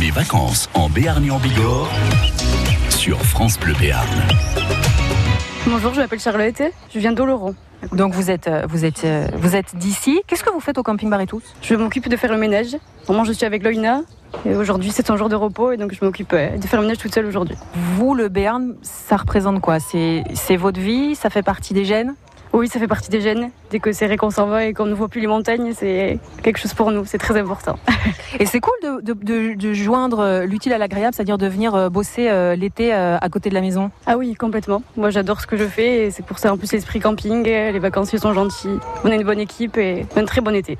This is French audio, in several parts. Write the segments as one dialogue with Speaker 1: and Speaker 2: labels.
Speaker 1: Les vacances en Béarn et en Bigorre sur France Bleu Béarn.
Speaker 2: Bonjour, je m'appelle Charlotte, je viens d'Oloron.
Speaker 3: Donc vous êtes, euh, vous êtes, euh, vous êtes d'ici. Qu'est-ce que vous faites au camping Baritous
Speaker 2: Je m'occupe de faire le ménage. Normalement, je suis avec Loïna. Et aujourd'hui, c'est son jour de repos et donc je m'occupe euh, de faire le ménage toute seule aujourd'hui.
Speaker 3: Vous, le Béarn, ça représente quoi C'est c'est votre vie Ça fait partie des gènes
Speaker 2: Oui, ça fait partie des gènes. Dès que c'est vrai qu'on s'en va et qu'on ne voit plus les montagnes, c'est quelque chose pour nous. C'est très important.
Speaker 3: Et c'est cool de, de, de- de joindre euh, l'utile à l'agréable, c'est-à-dire de venir euh, bosser euh, l'été euh, à côté de la maison.
Speaker 2: Ah oui, complètement. Moi, j'adore ce que je fais et c'est pour ça en plus l'esprit camping. euh, Les vacanciers sont gentils. On a une bonne équipe et un très bon été.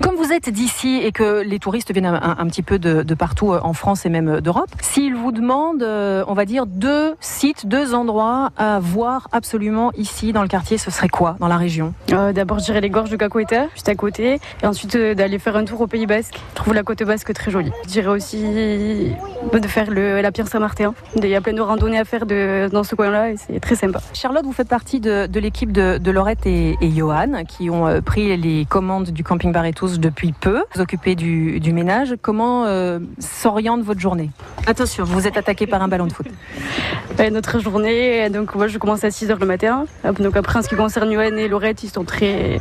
Speaker 3: Comme vous êtes d'ici et que les touristes viennent un, un- un petit peu de, de partout euh, en France et même euh, d'Europe, s'ils vous demandent, euh, on va dire, deux sites, deux endroits à voir absolument ici dans le quartier, ce serait quoi dans la région
Speaker 2: Euh, D'abord, j'irai les gorges de Cacoeta, juste à côté, et ensuite euh, d'aller faire un tour au Pays Basque. Je trouve la côte basque très jolie. J'irai aussi euh, de faire le, la pierre Saint-Martin. Il y a plein de randonnées à faire de- dans ce coin-là et c'est très sympa.
Speaker 3: Charlotte, vous faites partie de, de l'équipe de, de Laurette et, et Johan qui ont euh, pris les commandes du camping Barretous depuis peu. Vous occupez du, du ménage. Comment euh, s'oriente votre journée Attention, vous êtes attaqué par un ballon de foot.
Speaker 2: Euh, notre journée, euh, donc moi je commence à 6h le matin. Euh, Donc après, en ce qui concerne Yoann et Laurette, ils sont très,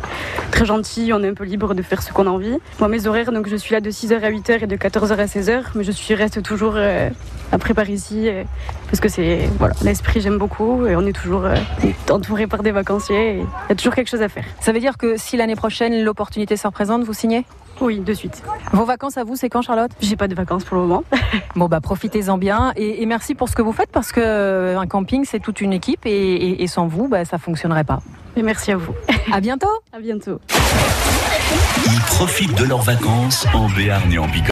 Speaker 2: très gentils, on est un peu libre de faire ce qu'on a envie. Moi, mes horaires, donc je suis là de 6h à 8h et de 14h à 16h, mais je suis, reste toujours euh, après par ici, euh, parce que c'est, voilà, l'esprit j'aime beaucoup, et on est toujours euh, entouré par des vacanciers, et il y a toujours quelque chose à faire.
Speaker 3: Ça veut dire que si l'année prochaine l'opportunité se représente, vous signez
Speaker 2: Oui, de suite.
Speaker 3: Vos vacances à vous, c'est quand Charlotte
Speaker 2: J'ai pas de vacances pour le moment.
Speaker 3: Bon bah profitez-en bien et, et merci pour ce que vous faites parce que euh, un camping c'est toute une équipe et, et- et sans vous bah, ça fonctionnerait pas.
Speaker 2: Et merci à vous.
Speaker 3: À bientôt.
Speaker 2: À bientôt.
Speaker 1: Ils profitent de leurs vacances en Béarn et en Bigorre.